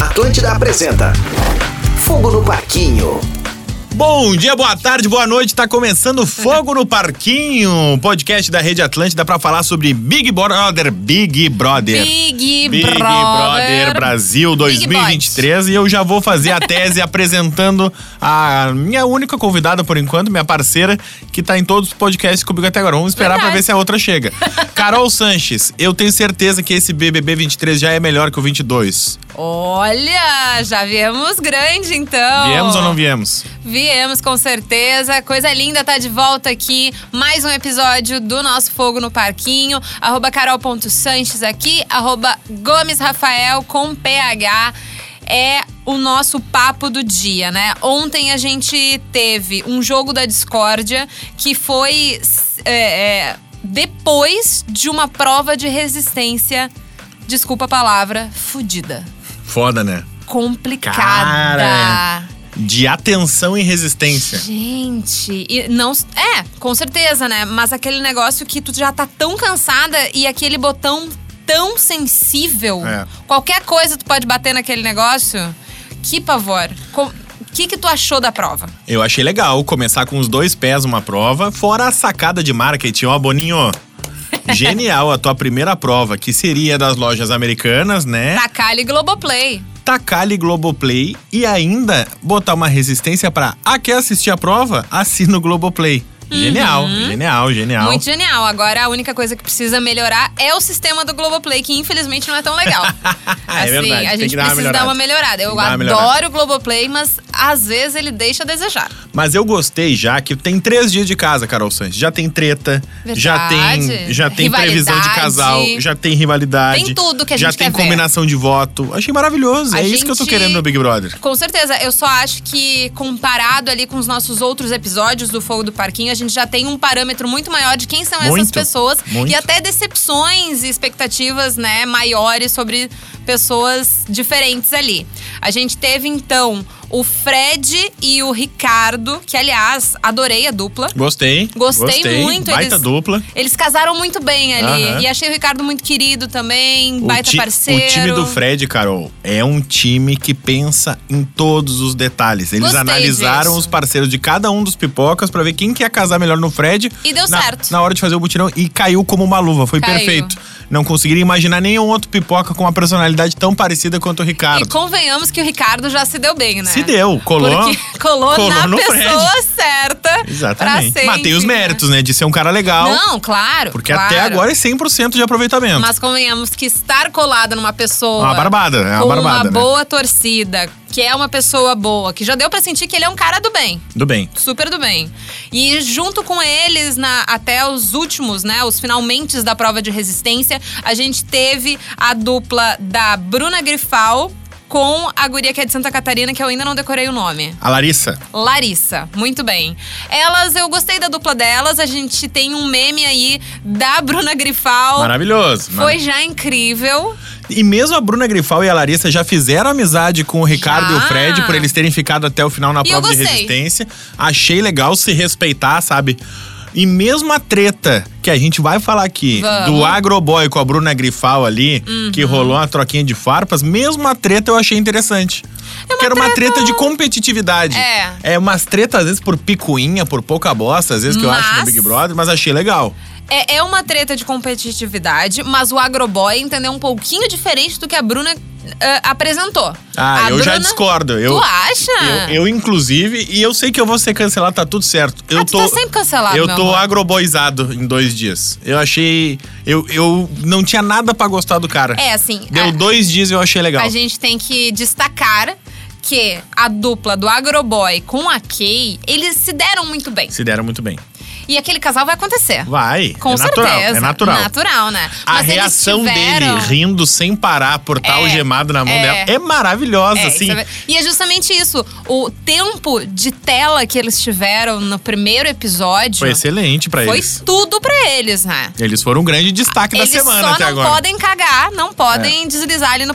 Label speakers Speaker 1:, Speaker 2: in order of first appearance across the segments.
Speaker 1: Atlântida apresenta Fogo no Parquinho.
Speaker 2: Bom dia, boa tarde, boa noite. Tá começando Fogo no Parquinho, podcast da Rede Atlântida pra falar sobre Big Brother, Big Brother.
Speaker 3: Big,
Speaker 2: Big
Speaker 3: Brother.
Speaker 2: Brother Brasil 2023 e eu já vou fazer a tese apresentando a minha única convidada por enquanto, minha parceira, que tá em todos os podcasts comigo até agora. Vamos esperar pra
Speaker 3: Verdade.
Speaker 2: ver se a outra chega. Carol Sanches, eu tenho certeza que esse BBB 23 já é melhor que o 22.
Speaker 3: Olha, já viemos grande então.
Speaker 2: Viemos ou não viemos?
Speaker 3: Viemos, com certeza. Coisa linda tá de volta aqui. Mais um episódio do nosso Fogo no Parquinho. Arroba carol.sanches aqui. Arroba Gomes Rafael com PH. É o nosso papo do dia, né? Ontem a gente teve um jogo da discórdia que foi é, é, depois de uma prova de resistência. Desculpa a palavra, fudida.
Speaker 2: Foda, né?
Speaker 3: Complicada.
Speaker 2: Cara, De atenção e resistência.
Speaker 3: Gente, e não. É, com certeza, né? Mas aquele negócio que tu já tá tão cansada e aquele botão tão sensível.
Speaker 2: É.
Speaker 3: Qualquer coisa tu pode bater naquele negócio. Que pavor. Com- O que, que tu achou da prova?
Speaker 2: Eu achei legal começar com os dois pés uma prova, fora a sacada de marketing, ó, Boninho. Genial a tua primeira prova, que seria das lojas americanas, né?
Speaker 3: Tacalho e Globoplay.
Speaker 2: Tacar-lhe Globoplay e ainda botar uma resistência pra ah, quer assistir a prova? Assina o Globoplay. Genial, genial, genial.
Speaker 3: Muito genial. Agora a única coisa que precisa melhorar é o sistema do Globoplay, que infelizmente não é tão legal.
Speaker 2: É verdade,
Speaker 3: a
Speaker 2: tem
Speaker 3: gente
Speaker 2: que dar uma
Speaker 3: precisa dar uma melhorada.
Speaker 2: Tem
Speaker 3: Eu
Speaker 2: que dar uma
Speaker 3: adoro
Speaker 2: melhorada.
Speaker 3: o Globoplay, mas às vezes ele deixa a desejar.
Speaker 2: Mas eu gostei já que tem três dias de casa, Carol Santos. Já tem treta,
Speaker 3: Verdade.
Speaker 2: já tem, já tem previsão de
Speaker 3: Rivalidade.
Speaker 2: casal, já tem rivalidade.
Speaker 3: Tem tudo que a
Speaker 2: Já
Speaker 3: gente
Speaker 2: tem
Speaker 3: quer ver.
Speaker 2: combinação de voto. Achei maravilhoso.
Speaker 3: A
Speaker 2: é isso que eu tô
Speaker 3: gente-
Speaker 2: querendo no Big Brother.
Speaker 3: Com certeza, eu só acho que comparado ali com os nossos outros episódios do Fogo do Parquinho, a gente já tem um parâmetro muito maior de quem são essas
Speaker 2: Muito,
Speaker 3: pessoas
Speaker 2: muito.
Speaker 3: e até decepções e expectativas, né, maiores sobre pessoas diferentes ali. A gente teve então o Fred e o Ricardo, que aliás, adorei a dupla.
Speaker 2: Gostei.
Speaker 3: Gostei muito,
Speaker 2: Baita
Speaker 3: eles-
Speaker 2: dupla.
Speaker 3: Eles casaram muito bem ali.
Speaker 2: Aham.
Speaker 3: E achei o Ricardo muito querido também, baita
Speaker 2: ti-
Speaker 3: parceiro.
Speaker 2: o time do Fred, Carol, é um time que pensa em todos os detalhes. Eles
Speaker 3: Gostei
Speaker 2: analisaram
Speaker 3: disso.
Speaker 2: os parceiros de cada um dos pipocas pra ver quem quer casar melhor no Fred.
Speaker 3: E deu
Speaker 2: na,
Speaker 3: certo.
Speaker 2: Na hora de fazer o mutirão e caiu como uma luva. Foi
Speaker 3: Caiu.
Speaker 2: perfeito. Não conseguiria imaginar nenhum outro pipoca com uma personalidade tão parecida quanto o Ricardo.
Speaker 3: E convenhamos que o Ricardo já se deu bem, né?
Speaker 2: Se deu, colou.
Speaker 3: Porque colou,
Speaker 2: colou
Speaker 3: na
Speaker 2: no
Speaker 3: pessoa certa.
Speaker 2: Exatamente.
Speaker 3: pra
Speaker 2: Mas tem os
Speaker 3: sempre, né?
Speaker 2: méritos, né? De ser um cara legal.
Speaker 3: Não, claro.
Speaker 2: porque
Speaker 3: claro.
Speaker 2: até agora é 100% de aproveitamento.
Speaker 3: Mas convenhamos que estar colada numa pessoa.
Speaker 2: Uma barbada, é uma
Speaker 3: com
Speaker 2: barbada, né?
Speaker 3: Uma boa torcida, que é uma pessoa boa, que já deu pra sentir que ele é um cara do bem.
Speaker 2: Tudo bem.
Speaker 3: Super do bem. E junto com eles, na- até os últimos, né? Os finalmente da prova de resistência, a gente teve a dupla da Bruna Grifal com a guria que é de Santa Catarina, que eu ainda não decorei o nome.
Speaker 2: A Larissa.
Speaker 3: Larissa, muito bem. Elas, eu gostei da dupla delas. A gente tem um meme aí da Bruna Grifal.
Speaker 2: Maravilhoso. maravilhoso.
Speaker 3: Foi já incrível.
Speaker 2: E mesmo a Bruna Grifal e a Larissa já fizeram amizade com o Ricardo
Speaker 3: Já.
Speaker 2: e o Fred por eles terem ficado até o final na
Speaker 3: E eu
Speaker 2: prova de
Speaker 3: gostei.
Speaker 2: resistência. Achei legal se respeitar, sabe? E mesmo a treta que a gente vai falar aqui
Speaker 3: Vamos. Uhum.
Speaker 2: do Agroboy com a Bruna Grifal ali, que rolou uma troquinha de farpas, mesmo a treta eu achei interessante. Porque era uma treta de competitividade.
Speaker 3: É.
Speaker 2: É umas tretas, às vezes, por picuinha, por pouca bosta, às vezes, que eu acho no
Speaker 3: Mas-
Speaker 2: Big Brother, mas achei legal.
Speaker 3: É, é uma treta de competitividade, mas o Agroboy entendeu um pouquinho diferente do que a Bruna eh, apresentou.
Speaker 2: Ah,
Speaker 3: A
Speaker 2: eu já
Speaker 3: Bruna-
Speaker 2: discordo. Eu,
Speaker 3: tu acha?
Speaker 2: Eu, eu, inclusive, e eu sei que eu vou ser cancelado, tá tudo certo. Eu
Speaker 3: Ah, tu tá sempre cancelado,
Speaker 2: Eu
Speaker 3: meu
Speaker 2: tô
Speaker 3: amor.
Speaker 2: agroboizado em dois dias. Eu achei. Eu, eu não tinha nada pra gostar do cara.
Speaker 3: É, assim,
Speaker 2: Deu
Speaker 3: a-
Speaker 2: dois dias e eu achei legal.
Speaker 3: A gente tem que destacar que a dupla do Agroboy com a Kay, eles se deram muito bem.
Speaker 2: Se deram muito bem.
Speaker 3: E aquele casal vai acontecer.
Speaker 2: Vai.
Speaker 3: Com
Speaker 2: é
Speaker 3: certeza.
Speaker 2: natural. É natural.
Speaker 3: Natural, né?
Speaker 2: A
Speaker 3: Mas eles
Speaker 2: reação
Speaker 3: tiveram-
Speaker 2: dele rindo sem parar por tal
Speaker 3: É,
Speaker 2: gemado na mão
Speaker 3: é.
Speaker 2: dela é maravilhosa,
Speaker 3: É,
Speaker 2: assim.
Speaker 3: isso é ver- E é justamente isso. O tempo de tela que eles tiveram no primeiro episódio
Speaker 2: Foi excelente pra
Speaker 3: foi
Speaker 2: eles.
Speaker 3: tudo pra eles, né?
Speaker 2: Eles foram um grande destaque
Speaker 3: eles
Speaker 2: da semana
Speaker 3: só
Speaker 2: até
Speaker 3: não
Speaker 2: agora.
Speaker 3: podem cagar, não podem deslizar ali no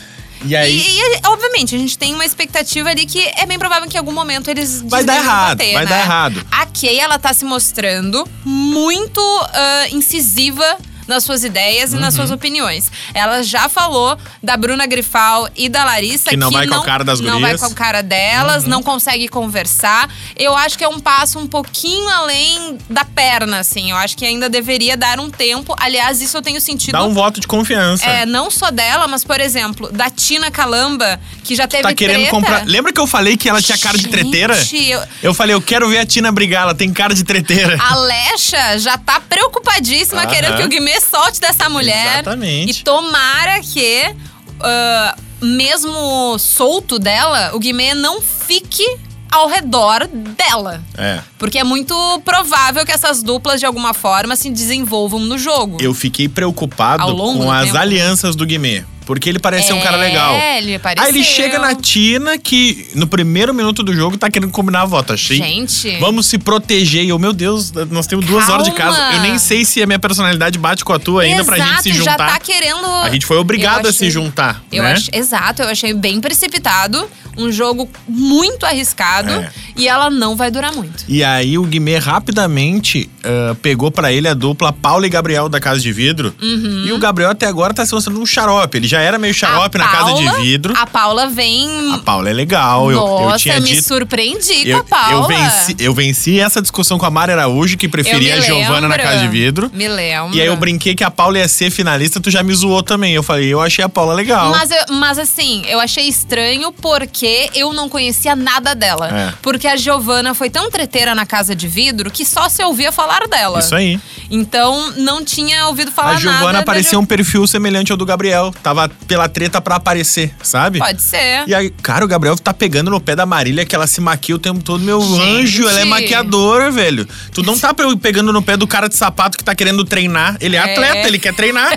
Speaker 2: É. E aí-
Speaker 3: E, e, obviamente, a gente tem uma expectativa ali que é bem provável que em algum momento eles
Speaker 2: Vai dar
Speaker 3: deslizem no
Speaker 2: errado,
Speaker 3: patê,
Speaker 2: vai
Speaker 3: né?
Speaker 2: dar errado.
Speaker 3: A Kay, ela tá se mostrando muito ah, incisiva nas suas ideias e
Speaker 2: Uhum.
Speaker 3: nas suas opiniões. Ela já falou da Bruna Grifal e da Larissa
Speaker 2: Que não vai com a cara das
Speaker 3: não vai
Speaker 2: gurias.
Speaker 3: com a cara
Speaker 2: Uhum.
Speaker 3: delas, não consegue conversar. Eu acho que é um passo um pouquinho além da perna, assim. Eu acho que ainda deveria dar um tempo. Aliás, isso eu tenho sentido
Speaker 2: Dá um voto de confiança.
Speaker 3: é, não só dela, mas, por exemplo, da Tina Calamba, que já teve
Speaker 2: tá querendo
Speaker 3: treta.
Speaker 2: comprar. Lembra que eu falei que ela tinha cara de
Speaker 3: Gente,
Speaker 2: treteira?
Speaker 3: eu- Ah.
Speaker 2: Eu falei, eu quero ver a Tina brigar, ela tem cara de treteira.
Speaker 3: A Lecha já tá preocupadíssima
Speaker 2: Aham.
Speaker 3: querendo que o Guimê solte dessa mulher.
Speaker 2: Exatamente.
Speaker 3: E tomara que, ah, mesmo solto dela, o Guimê não fique ao redor dela.
Speaker 2: É.
Speaker 3: Porque é muito provável que essas duplas, de alguma forma, se desenvolvam no jogo.
Speaker 2: Eu fiquei preocupado
Speaker 3: Ao longo
Speaker 2: com
Speaker 3: do
Speaker 2: as
Speaker 3: tempo.
Speaker 2: alianças do Guimê. Porque ele parece ser um cara legal.
Speaker 3: É, ele pareceu.
Speaker 2: Aí ele chega na Tina, que no primeiro minuto do jogo tá querendo combinar a voto. Achei.
Speaker 3: Gente.
Speaker 2: Vamos se proteger. E eu, meu Deus, nós temos duas
Speaker 3: Calma.
Speaker 2: horas de casa. Eu nem sei se a minha personalidade bate com a tua ainda pra gente se
Speaker 3: Exato,
Speaker 2: juntar.
Speaker 3: já tá querendo.
Speaker 2: A gente foi obrigado
Speaker 3: Eu
Speaker 2: a se
Speaker 3: achei-
Speaker 2: juntar.
Speaker 3: Eu
Speaker 2: né?
Speaker 3: ach- Exato, eu achei bem precipitado. Um jogo muito arriscado.
Speaker 2: É.
Speaker 3: E ela não vai durar muito.
Speaker 2: E aí o Guimê rapidamente ah, pegou pra ele a dupla Paula e Gabriel da Casa de Vidro. E o Gabriel até agora tá se mostrando um xarope. Ele já era meio xarope
Speaker 3: Uhum. A
Speaker 2: na Casa de
Speaker 3: Paula-
Speaker 2: Vidro.
Speaker 3: A Paula vem.
Speaker 2: A Paula é legal. eu- eu,
Speaker 3: Nossa,
Speaker 2: tinha
Speaker 3: me
Speaker 2: dito.
Speaker 3: surpreendi
Speaker 2: Eu,
Speaker 3: com a Paula.
Speaker 2: eu venci, eu venci essa discussão com a Mari Araújo, que
Speaker 3: Eu
Speaker 2: preferia a
Speaker 3: me
Speaker 2: Giovana na
Speaker 3: lembro.
Speaker 2: Casa de Vidro.
Speaker 3: Me lembro.
Speaker 2: E aí eu brinquei que a Paula ia ser finalista, tu já me zoou também. Eu falei, eu achei a Paula legal.
Speaker 3: Mas, eu- mas assim, eu achei estranho porque eu não conhecia nada dela.
Speaker 2: É.
Speaker 3: Porque a Giovana foi tão treteira na casa de vidro que só se ouvia falar dela.
Speaker 2: Isso aí.
Speaker 3: Então não tinha ouvido falar
Speaker 2: A
Speaker 3: nada. da
Speaker 2: Giovana parecia
Speaker 3: Gio-
Speaker 2: um perfil semelhante ao do Gabriel. Tava pela treta pra aparecer, sabe?
Speaker 3: Pode ser.
Speaker 2: E aí, cara, o Gabriel tá pegando no pé da Marília que ela se maquia o tempo todo. Meu
Speaker 3: Gente.
Speaker 2: anjo, ela é maquiadora, velho. Tu não tá pe- pegando no pé do cara de sapato que tá querendo treinar. Ele é,
Speaker 3: É.
Speaker 2: atleta, ele quer treinar.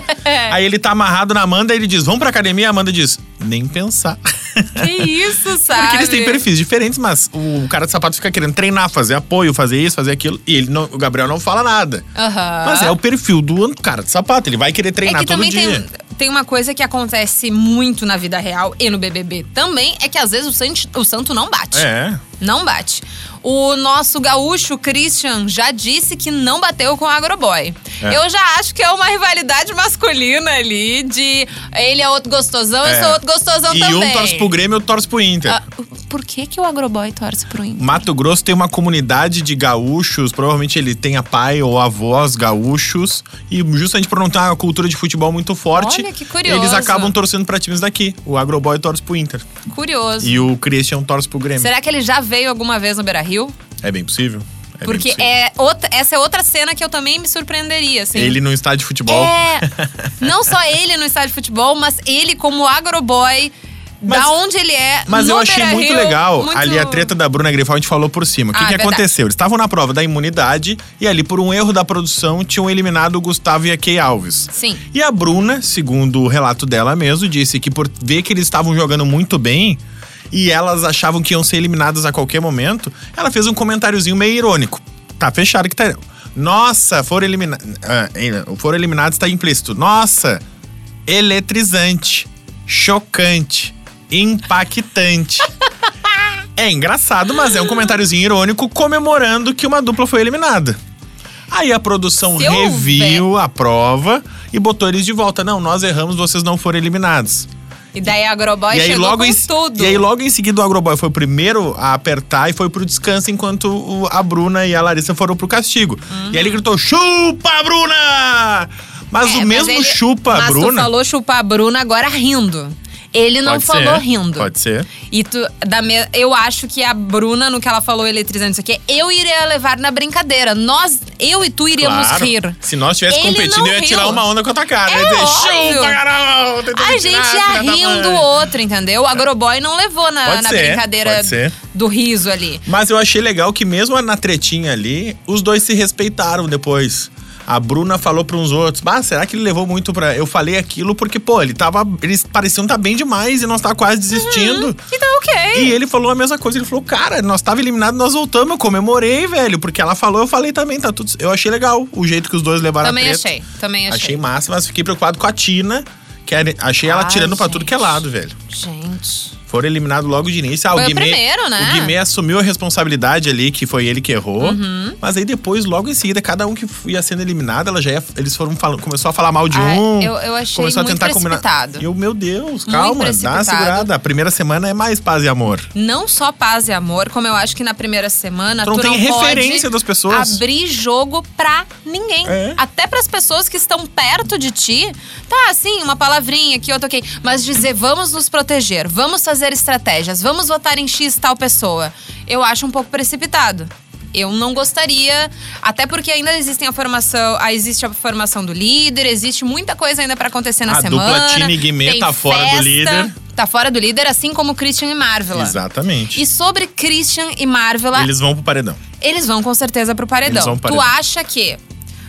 Speaker 2: aí ele tá amarrado na Amanda e ele diz: Vamos pra academia? A Amanda diz: Nem pensar.
Speaker 3: Que isso, sabe?
Speaker 2: Porque eles têm perfis diferentes, mas o cara de sapato fica querendo treinar, fazer apoio, fazer isso, fazer aquilo. E ele não- o Gabriel não fala nada.
Speaker 3: Aham.
Speaker 2: Mas é o perfil do cara de sapato. Ele vai querer treinar
Speaker 3: Ah. É que
Speaker 2: todo
Speaker 3: também
Speaker 2: dia.
Speaker 3: Tem, tem uma coisa que acontece muito na vida real e no BBB também, é que às vezes o, sant- o santo não bate.
Speaker 2: É.
Speaker 3: Não bate. O nosso gaúcho Christian já disse que não bateu com o Agroboy.
Speaker 2: É.
Speaker 3: Eu já acho que é uma rivalidade masculina ali de ele é outro gostosão,
Speaker 2: É.
Speaker 3: eu sou outro gostosão
Speaker 2: E
Speaker 3: também.
Speaker 2: um torce pro Grêmio, outro torce pro Inter.
Speaker 3: Ah, por que, que o Agroboy torce pro Inter?
Speaker 2: Mato Grosso tem uma comunidade de gaúchos, provavelmente ele tenha pai ou avós gaúchos, e justamente por não ter uma cultura de futebol muito forte,
Speaker 3: Olha, que curioso.
Speaker 2: eles acabam torcendo pra times daqui. O Agroboy torce pro Inter
Speaker 3: Curioso.
Speaker 2: e o Christian torce pro Grêmio.
Speaker 3: Será que ele já veio alguma vez no Beira Rio?
Speaker 2: É bem possível. É bem
Speaker 3: Porque
Speaker 2: possível.
Speaker 3: é outra- essa é outra cena que eu também me surpreenderia, assim.
Speaker 2: ele no estádio de futebol.
Speaker 3: É, não só ele no estádio de futebol, mas ele como agroboy,
Speaker 2: Mas-
Speaker 3: da onde ele é,
Speaker 2: Mas
Speaker 3: no
Speaker 2: eu achei muito
Speaker 3: Beira-Rio,
Speaker 2: legal
Speaker 3: muito-
Speaker 2: ali a treta da Bruna Grifal, a gente falou por cima. O que,
Speaker 3: Ah,
Speaker 2: que
Speaker 3: verdade.
Speaker 2: aconteceu? Eles estavam na prova da imunidade e ali, por um erro da produção, tinham eliminado o Gustavo e a Key Alves.
Speaker 3: Sim.
Speaker 2: E a Bruna, segundo o relato dela mesmo, disse que por ver que eles estavam jogando muito bem e elas achavam que iam ser eliminadas a qualquer momento, ela fez um comentáriozinho meio irônico. Tá fechado que tá. Nossa, foram eliminados. foram eliminados tá implícito. Nossa, eletrizante, chocante, impactante. É engraçado, mas é um comentáriozinho irônico comemorando que uma dupla foi eliminada. Aí a produção
Speaker 3: Se eu
Speaker 2: reviu a prova e botou eles de volta. Não, nós erramos, vocês não foram eliminados.
Speaker 3: E daí a agroboy
Speaker 2: e, aí
Speaker 3: chegou
Speaker 2: logo
Speaker 3: com
Speaker 2: em,
Speaker 3: tudo.
Speaker 2: e aí logo em seguida o Agroboy foi o primeiro a apertar e foi pro descanso, enquanto o- a Bruna e a Larissa foram pro castigo. E aí ele gritou, chupa, Bruna! Mas
Speaker 3: É,
Speaker 2: o
Speaker 3: mas
Speaker 2: mesmo
Speaker 3: ele-
Speaker 2: chupa,
Speaker 3: mas tu
Speaker 2: Bruna...
Speaker 3: falou chupar a Bruna agora rindo. Ele não
Speaker 2: Pode
Speaker 3: falou
Speaker 2: ser,
Speaker 3: rindo.
Speaker 2: Pode ser.
Speaker 3: E tu, da me- eu acho que a Bruna, no que ela falou eletrizante, isso aqui, eu iria levar na brincadeira. Nós, eu e tu iríamos
Speaker 2: Claro.
Speaker 3: rir.
Speaker 2: Se nós estivéssemos
Speaker 3: Ele
Speaker 2: competindo,
Speaker 3: não
Speaker 2: eu ia tirar
Speaker 3: riu.
Speaker 2: uma onda com a tua cara.
Speaker 3: É
Speaker 2: eu ia dizer,
Speaker 3: óbvio.
Speaker 2: chupa, caralho! tentando
Speaker 3: A
Speaker 2: tirar,
Speaker 3: gente
Speaker 2: filha
Speaker 3: ia
Speaker 2: da
Speaker 3: rindo do
Speaker 2: mãe." É.
Speaker 3: outro, entendeu? O agroboy não levou na,
Speaker 2: Pode
Speaker 3: na
Speaker 2: ser,
Speaker 3: brincadeira
Speaker 2: pode ser.
Speaker 3: do riso ali.
Speaker 2: Mas eu achei legal que mesmo na tretinha ali, os dois se respeitaram depois. A Bruna falou para uns outros, ah, será que ele levou muito pra. Eu falei aquilo porque, pô, ele tava. Eles pareciam tá bem demais e nós tá quase desistindo.
Speaker 3: Então, ok.
Speaker 2: E ele falou a mesma coisa. Ele falou, cara, nós tava eliminado, nós voltamos. Eu comemorei, velho. Porque ela falou, eu falei também, tá tudo. Eu achei legal o jeito que os dois levaram a
Speaker 3: Também
Speaker 2: treta.
Speaker 3: achei, também achei.
Speaker 2: Achei massa, mas fiquei preocupado com a Tina, que era- achei ela
Speaker 3: Ai,
Speaker 2: tirando pra
Speaker 3: Ah, gente.
Speaker 2: tudo que é lado, velho.
Speaker 3: Gente.
Speaker 2: Foram eliminados logo de início. Ah,
Speaker 3: Foi o
Speaker 2: Guimê-
Speaker 3: primeiro, né?
Speaker 2: O Guimê assumiu a responsabilidade ali, que foi ele que errou.
Speaker 3: Uhum.
Speaker 2: Mas aí depois, logo em seguida, cada um que f- ia sendo eliminado, ela já ia- eles foram falando, começou a falar mal de
Speaker 3: Ah,
Speaker 2: um.
Speaker 3: eu- eu achei
Speaker 2: começou a
Speaker 3: muito
Speaker 2: tentar combinar.
Speaker 3: precipitado.
Speaker 2: E eu, meu Deus, calma, dá uma
Speaker 3: precipitado.
Speaker 2: segurada. A primeira semana é mais paz e amor.
Speaker 3: não só paz e amor, como eu acho que na primeira semana
Speaker 2: Tu não
Speaker 3: tu
Speaker 2: tem
Speaker 3: não pode
Speaker 2: referência das pessoas.
Speaker 3: abrir jogo pra ninguém.
Speaker 2: É.
Speaker 3: Até pras pessoas que estão perto de ti. Tá, assim, uma palavrinha aqui, outra ok. Mas dizer, vamos nos proteger, vamos fazer estratégias, vamos votar em X tal pessoa. Eu acho um pouco precipitado. Eu não gostaria, até porque ainda existem a formação, ah, existe a formação do líder, existe muita coisa ainda pra acontecer na
Speaker 2: A dupla
Speaker 3: semana.
Speaker 2: Tina e Guimê
Speaker 3: tem
Speaker 2: tá fora do
Speaker 3: festa,
Speaker 2: líder.
Speaker 3: Tá fora do líder, assim como Christian e Marvela.
Speaker 2: Exatamente.
Speaker 3: E sobre Christian e Marvela, eles,
Speaker 2: Eles vão pro paredão.
Speaker 3: vão com certeza pro paredão.
Speaker 2: Eles vão pro
Speaker 3: Tu
Speaker 2: paredão.
Speaker 3: acha que.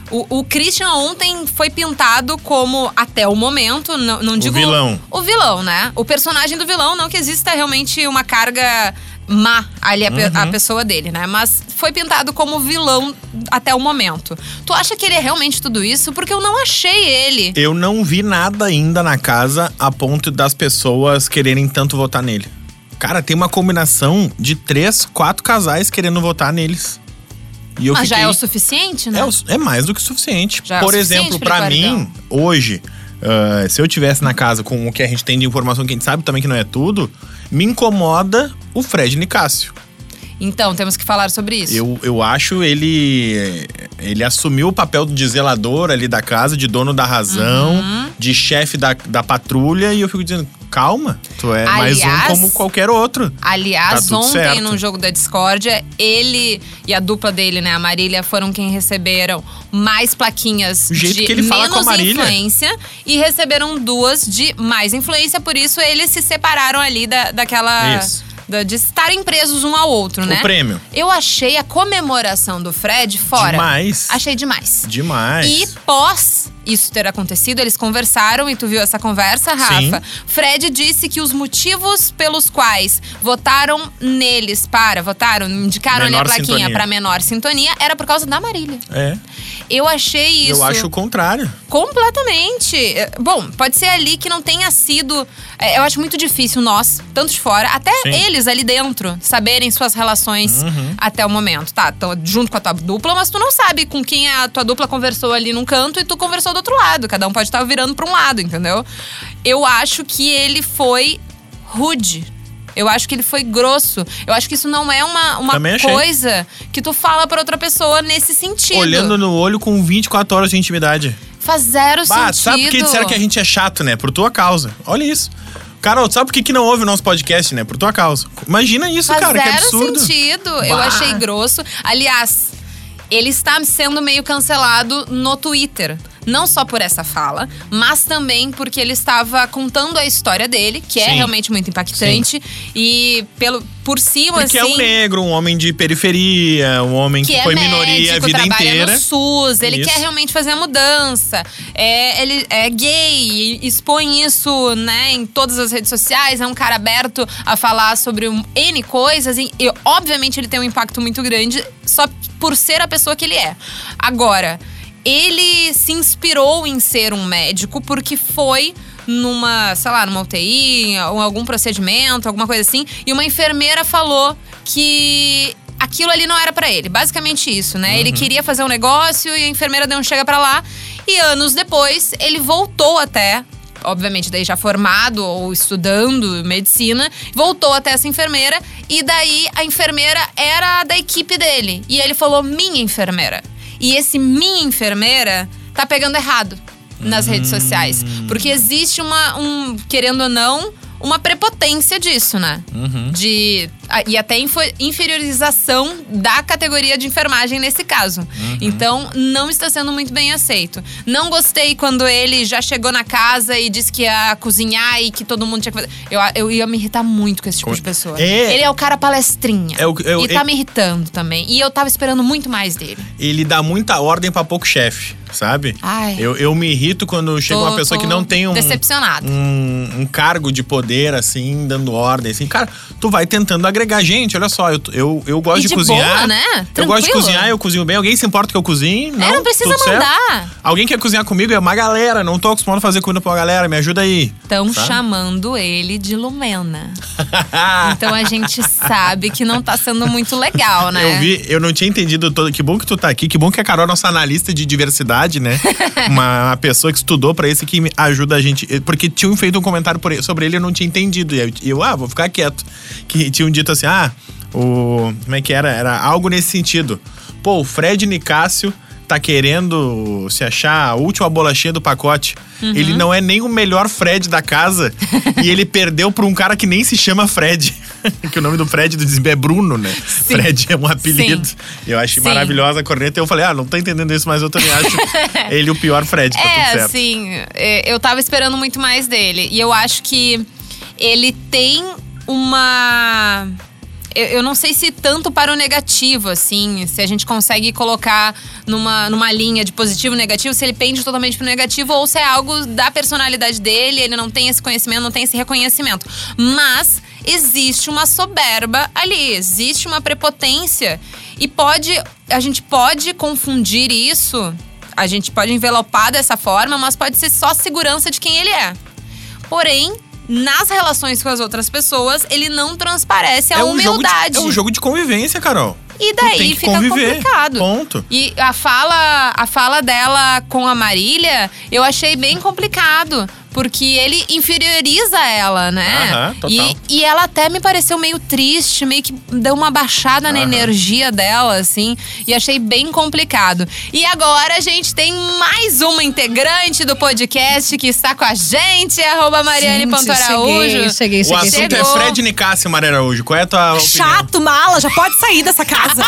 Speaker 3: O, o Christian ontem foi pintado como, até o momento, não, não digo.
Speaker 2: vilão.
Speaker 3: O vilão, né? O personagem do vilão, não que exista realmente uma carga má ali a, pe- a
Speaker 2: Uhum.
Speaker 3: pessoa dele, né? Mas foi pintado como vilão até o momento. Tu acha que ele é realmente tudo isso? Porque eu não achei ele.
Speaker 2: Eu não vi nada ainda na casa a ponto das pessoas quererem tanto votar nele. Cara, tem uma combinação de três, quatro casais querendo votar neles. E eu
Speaker 3: Mas já
Speaker 2: fiquei-
Speaker 3: é o suficiente, né?
Speaker 2: É, o- é mais do que suficiente.
Speaker 3: Já é o
Speaker 2: Por
Speaker 3: suficiente
Speaker 2: exemplo,
Speaker 3: pra ir
Speaker 2: pra
Speaker 3: pro paredão.
Speaker 2: mim, hoje, ah, se eu tivesse na casa com o que a gente tem de informação que a gente sabe também que não é tudo, me incomoda o Fred Nicásio.
Speaker 3: Então, temos que falar sobre isso.
Speaker 2: Eu, eu acho ele. Ele assumiu o papel de zelador ali da casa, de dono da razão,
Speaker 3: Uhum.
Speaker 2: de chefe da, da patrulha, e eu fico dizendo, calma, tu é mais um
Speaker 3: Aliás-
Speaker 2: como qualquer outro. Tá
Speaker 3: Aliás,
Speaker 2: tudo
Speaker 3: ontem,
Speaker 2: certo.
Speaker 3: no jogo da discórdia, ele e a dupla dele, né, a Marília, foram quem receberam mais plaquinhas
Speaker 2: O jeito
Speaker 3: de
Speaker 2: que ele fala
Speaker 3: menos
Speaker 2: com a Marília.
Speaker 3: influência e receberam duas de mais influência, por isso eles se separaram ali da, daquela.
Speaker 2: Isso.
Speaker 3: da- de estarem presos um ao outro, né?
Speaker 2: O prêmio.
Speaker 3: Eu achei a comemoração do Fred fora.
Speaker 2: Demais.
Speaker 3: Achei demais.
Speaker 2: Demais.
Speaker 3: E pós isso ter acontecido, eles conversaram e tu viu essa conversa, Rafa. Fred disse que os motivos pelos quais votaram neles para, votaram, indicaram ali a
Speaker 2: Menor
Speaker 3: plaquinha
Speaker 2: sintonia.
Speaker 3: para menor sintonia, era por causa da Marília.
Speaker 2: É.
Speaker 3: Eu achei isso.
Speaker 2: Eu acho o contrário.
Speaker 3: Completamente. É, Bom, pode ser ali que não tenha sido. é, Eu acho muito difícil nós, tanto de fora, até
Speaker 2: Sim. Uhum.
Speaker 3: eles ali dentro, saberem suas relações até o momento. Tá, tô junto com a tua dupla, mas tu não sabe com quem a tua dupla conversou ali num canto e tu conversou do outro lado. Cada um pode estar virando pra um lado, entendeu? Eu acho que ele foi rude. Eu acho que ele foi grosso. Eu acho que isso não é uma, uma
Speaker 2: Também achei.
Speaker 3: coisa que tu fala pra outra pessoa nesse sentido.
Speaker 2: Olhando no olho com 24 horas de intimidade.
Speaker 3: Faz zero
Speaker 2: Bah,
Speaker 3: sentido.
Speaker 2: sabe por que disseram que a gente é chato, né? Por tua causa. Olha isso. Carol, sabe por que, que não ouve o nosso podcast, né? Por tua causa. Imagina isso,
Speaker 3: Faz
Speaker 2: cara, que
Speaker 3: zero
Speaker 2: absurdo.
Speaker 3: sentido. Eu
Speaker 2: Bah.
Speaker 3: achei grosso. Aliás, ele está sendo meio cancelado no Twitter. Não só por essa fala, mas também porque ele estava contando a história dele, que é
Speaker 2: Sim.
Speaker 3: realmente muito impactante. E pelo, por cima,
Speaker 2: Porque
Speaker 3: assim.
Speaker 2: é um negro, um homem de periferia, um homem que,
Speaker 3: que é
Speaker 2: foi
Speaker 3: médico,
Speaker 2: minoria a vida
Speaker 3: trabalha
Speaker 2: inteira.
Speaker 3: no SUS, ele
Speaker 2: Isso.
Speaker 3: quer realmente fazer a mudança. É, ele é gay, e expõe isso, né, em todas as redes sociais, é um cara aberto a falar sobre um- N coisas e, e, obviamente ele tem um impacto muito grande só por ser a pessoa que ele é. Agora, ele se inspirou em ser um médico porque foi numa, sei lá, numa UTI, ou algum procedimento, alguma coisa assim, e uma enfermeira falou que aquilo ali não era pra ele. Basicamente isso, né? Ele queria fazer um negócio e a enfermeira deu um chega pra lá. E anos depois, ele voltou até. Obviamente, daí já formado ou estudando medicina, voltou até essa enfermeira e daí a enfermeira era da equipe dele. E ele falou: minha enfermeira. E esse minha enfermeira tá pegando errado nas redes sociais.
Speaker 2: Hum.
Speaker 3: Porque existe uma, um, querendo ou não, uma prepotência disso, né?
Speaker 2: Uhum.
Speaker 3: De, a- e até info- inferiorização da categoria de enfermagem nesse caso.
Speaker 2: Uhum.
Speaker 3: Então, não está sendo muito bem aceito. Não gostei quando ele já chegou na casa e disse que ia cozinhar e que todo mundo tinha que fazer. Eu, a- eu ia me irritar muito com esse tipo
Speaker 2: Com-
Speaker 3: de pessoa.
Speaker 2: É.
Speaker 3: Ele é o cara palestrinha.
Speaker 2: É o- é o-
Speaker 3: e tá
Speaker 2: é-
Speaker 3: me irritando também. E eu tava esperando muito mais dele.
Speaker 2: Ele dá muita ordem pra pouco chefe, sabe?
Speaker 3: Ai.
Speaker 2: Eu, eu me irrito quando chega
Speaker 3: Tô-
Speaker 2: uma pessoa que
Speaker 3: tô
Speaker 2: não tem um,
Speaker 3: Decepcionada.
Speaker 2: um, um cargo de geladeira, assim, dando ordem, assim. Cara, tu vai tentando agregar gente. Olha só, eu, eu, eu gosto
Speaker 3: E
Speaker 2: de,
Speaker 3: de
Speaker 2: cozinhar.
Speaker 3: boa, né?
Speaker 2: Eu gosto de
Speaker 3: Tranquilo. É,
Speaker 2: cozinhar, eu cozinho bem. Alguém se importa que eu cozinhe? Não,
Speaker 3: não precisa
Speaker 2: tudo certo.
Speaker 3: mandar.
Speaker 2: Alguém quer cozinhar comigo? É uma galera, não tô acostumado a fazer comida pra uma galera, me ajuda aí.
Speaker 3: Estão
Speaker 2: Sabe?
Speaker 3: chamando ele de Lumena. Então a gente sabe que não tá sendo muito legal, né?
Speaker 2: Eu vi, eu não tinha entendido todo. Que bom que tu tá aqui, que bom que a Carol é nossa analista de diversidade, né? uma, uma pessoa que estudou pra esse que me ajuda a gente. Porque tinham feito um comentário por ele- sobre ele e eu não tinha entendido. E aí eu, ah, vou ficar quieto. Que tinham dito assim, ah, o. Como é que era? Era algo nesse sentido. Pô, o Fred Nicásio tá querendo se achar a última bolachinha do pacote. Ele não é nem o melhor Fred da casa e ele perdeu pra um cara que nem se chama Fred. que o nome do Fred do Desbe é Bruno, né?
Speaker 3: Sim.
Speaker 2: Fred é um apelido.
Speaker 3: Sim.
Speaker 2: Eu achei
Speaker 3: Sim.
Speaker 2: maravilhosa a corneta. Eu falei, ah, não tô entendendo isso, mas eu também acho ele o pior Fred, tá tudo
Speaker 3: É,
Speaker 2: certo.
Speaker 3: assim, é, eu tava esperando muito mais dele. E eu acho que ele tem uma. Eu, eu não sei se tanto para o negativo, assim, se a gente consegue colocar numa, numa linha de positivo e negativo, se ele pende totalmente pro negativo ou se é algo da personalidade dele, ele não tem esse conhecimento, não tem esse reconhecimento. Mas existe uma soberba ali, existe uma prepotência. E pode. A gente pode confundir isso a gente pode envelopar dessa forma, mas pode ser só segurança de quem ele é. Porém, nas relações com as outras pessoas, ele não transparece a
Speaker 2: jogo
Speaker 3: humildade. É,
Speaker 2: de, é um jogo de convivência, Carol.
Speaker 3: E
Speaker 2: Tu tem
Speaker 3: daí
Speaker 2: que
Speaker 3: fica
Speaker 2: conviver.
Speaker 3: complicado.
Speaker 2: Ponto.
Speaker 3: E a fala, a fala dela com a Marília, eu achei bem complicado. Porque ele inferioriza ela, né?
Speaker 2: Aham, total.
Speaker 3: e, e ela até me pareceu meio triste, meio que deu uma baixada na
Speaker 2: Aham.
Speaker 3: energia dela, assim. E achei bem complicado. E agora a gente tem mais uma integrante do podcast que está com a gente, arroba Mariane
Speaker 4: Gente,
Speaker 3: Pantaraújo.
Speaker 4: Cheguei, cheguei,
Speaker 2: O
Speaker 4: cheguei.
Speaker 2: assunto
Speaker 4: cheguei.
Speaker 2: é
Speaker 3: Chegou.
Speaker 2: Fred Nicásio, Maria Araújo. Qual é a tua opinião?
Speaker 4: Chato, mala, já pode sair dessa casa.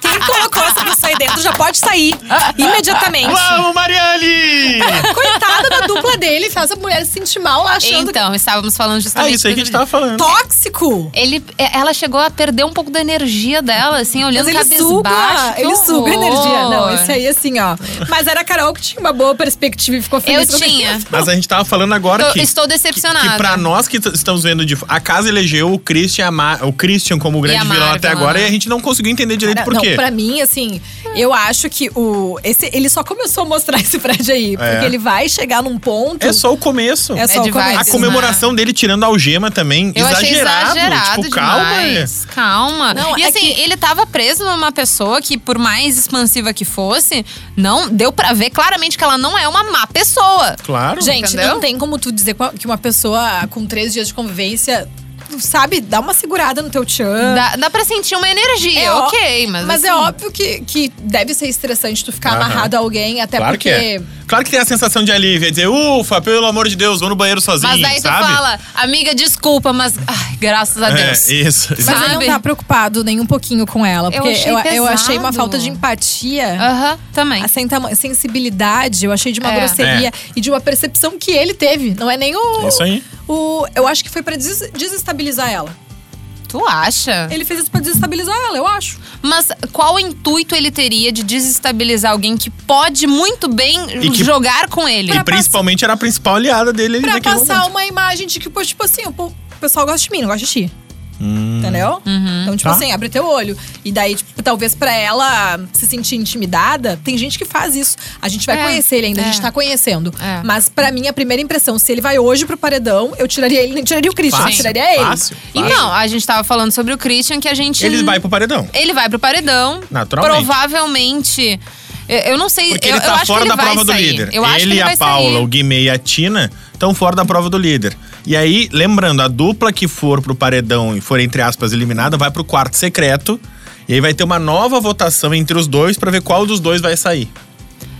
Speaker 4: Quem colocou essa pessoa aí dentro já pode sair imediatamente.
Speaker 2: Vamos, Marielle!
Speaker 4: Coitada da dupla dele, faz a mulher se sentir mal achando
Speaker 3: Então, estávamos falando
Speaker 2: é
Speaker 3: justamente
Speaker 2: isso aí que a
Speaker 3: do-
Speaker 2: gente tava
Speaker 4: que
Speaker 2: falando.
Speaker 4: tóxico.
Speaker 3: Ele, é, ela chegou a perder um pouco da energia dela, assim, olhando
Speaker 4: Mas ele
Speaker 3: cabisbaixo.
Speaker 4: suga,
Speaker 3: que
Speaker 4: ele suga
Speaker 3: horror.
Speaker 4: energia. Não, esse aí assim, ó. Mas era a Carol que tinha uma boa perspectiva e ficou
Speaker 3: Eu
Speaker 4: feliz. com ele.
Speaker 3: tinha.
Speaker 2: Mas a gente tava falando agora
Speaker 3: Tô-
Speaker 2: que.
Speaker 3: estou decepcionada.
Speaker 2: Que pra nós que t- estamos vendo de. f- A casa elegeu o Christian, a Ma- o Christian como o
Speaker 3: a
Speaker 2: grande vilão
Speaker 3: Marvel,
Speaker 2: até agora
Speaker 3: né?
Speaker 2: e a gente não conseguiu entender direito
Speaker 4: Cara,
Speaker 2: por
Speaker 4: não,
Speaker 2: quê.
Speaker 4: pra mim, assim, eu acho que o. Esse, ele só começou a mostrar esse Fred aí. Porque
Speaker 2: É.
Speaker 4: ele vai chegar num ponto.
Speaker 2: É só o começo.
Speaker 4: É né? só
Speaker 3: de
Speaker 4: o começo.
Speaker 2: A
Speaker 3: vibes,
Speaker 2: comemoração dele tirando a algema também,
Speaker 3: Eu achei
Speaker 2: exagerado.
Speaker 3: exagerado
Speaker 2: tipo, calma.
Speaker 3: demais. Calma.
Speaker 4: Não,
Speaker 3: e
Speaker 4: é
Speaker 3: assim,
Speaker 4: que-
Speaker 3: ele tava preso numa pessoa que, por mais expansiva que fosse, não deu pra ver claramente que ela não é uma má pessoa.
Speaker 2: Claro.
Speaker 4: Gente,
Speaker 3: Entendeu?
Speaker 4: não tem como tu dizer co- que uma pessoa com três dias de convivência, sabe, dá uma segurada no teu tchan.
Speaker 3: Dá, dá pra sentir uma energia,
Speaker 4: É ó-
Speaker 3: ok, mas.
Speaker 4: Mas,
Speaker 3: assim,
Speaker 4: é óbvio que, que deve ser estressante tu ficar
Speaker 2: Aham.
Speaker 4: amarrado a alguém, até
Speaker 2: claro
Speaker 4: porque.
Speaker 2: que é. Claro que tem a sensação de alívio, é dizer, ufa, pelo amor de Deus, vou no banheiro sozinho,
Speaker 3: Mas daí tu
Speaker 2: sabe?
Speaker 3: fala, amiga, desculpa, mas. Ai, graças a
Speaker 2: é,
Speaker 3: Deus.
Speaker 2: isso, isso.
Speaker 4: Mas ele
Speaker 3: Sabe?
Speaker 4: não tá preocupado nem um pouquinho com ela.
Speaker 3: Eu
Speaker 4: Porque eu
Speaker 3: achei
Speaker 4: eu achei, uma
Speaker 3: pesado.
Speaker 4: falta de empatia.
Speaker 3: Aham, também.
Speaker 4: A sem tama- sensibilidade, eu achei de uma
Speaker 3: É.
Speaker 4: grosseria
Speaker 2: É.
Speaker 4: e de uma percepção que ele teve. Não é nem o.
Speaker 2: É isso aí.
Speaker 4: o- eu acho que foi pra des- desestabilizar ela.
Speaker 3: Tu acha?
Speaker 4: Ele fez isso pra desestabilizar ela, eu acho.
Speaker 3: Mas qual intuito ele teria de desestabilizar alguém que pode muito bem
Speaker 2: E que-
Speaker 3: jogar com ele?
Speaker 2: E principalmente era a principal aliada dele ali
Speaker 4: pra
Speaker 2: naquele
Speaker 4: passar
Speaker 2: momento.
Speaker 4: uma imagem de que, pô, tipo assim, o po- o pessoal gosta de mim, não gosta de ti. Entendeu?
Speaker 3: Uhum.
Speaker 4: Então, tipo
Speaker 2: Hum. Tá.
Speaker 4: assim, abre teu olho. E daí, tipo, talvez pra ela se sentir intimidada, tem gente que faz isso. A gente vai
Speaker 3: É,
Speaker 4: conhecer ele ainda, a gente
Speaker 3: é.
Speaker 4: tá conhecendo.
Speaker 3: É.
Speaker 4: Mas pra mim, a primeira impressão, se ele vai hoje pro paredão, eu tiraria ele, nem tiraria o Christian, eu
Speaker 2: Fácil,
Speaker 4: tiraria
Speaker 3: é
Speaker 4: ele.
Speaker 2: fácil,
Speaker 3: E
Speaker 2: fácil.
Speaker 3: não, a gente tava falando sobre o Christian que a gente.
Speaker 2: Ele vai pro paredão.
Speaker 3: Ele vai pro paredão.
Speaker 2: Naturalmente.
Speaker 3: Provavelmente. Eu eu não sei.
Speaker 2: Porque
Speaker 3: eu,
Speaker 2: ele
Speaker 3: eu
Speaker 2: tá
Speaker 3: acho
Speaker 2: fora
Speaker 3: que
Speaker 2: da
Speaker 3: ele vai
Speaker 2: prova do
Speaker 3: sair.
Speaker 2: líder.
Speaker 3: Eu acho que
Speaker 2: ele,
Speaker 3: ele vai
Speaker 2: a Paula,
Speaker 3: sair.
Speaker 2: o Guimê e a Tina estão fora da prova do líder. E aí, lembrando, a dupla que for pro paredão e for, entre aspas, eliminada, vai pro quarto secreto. E aí vai ter uma nova votação entre os dois pra ver qual dos dois vai sair.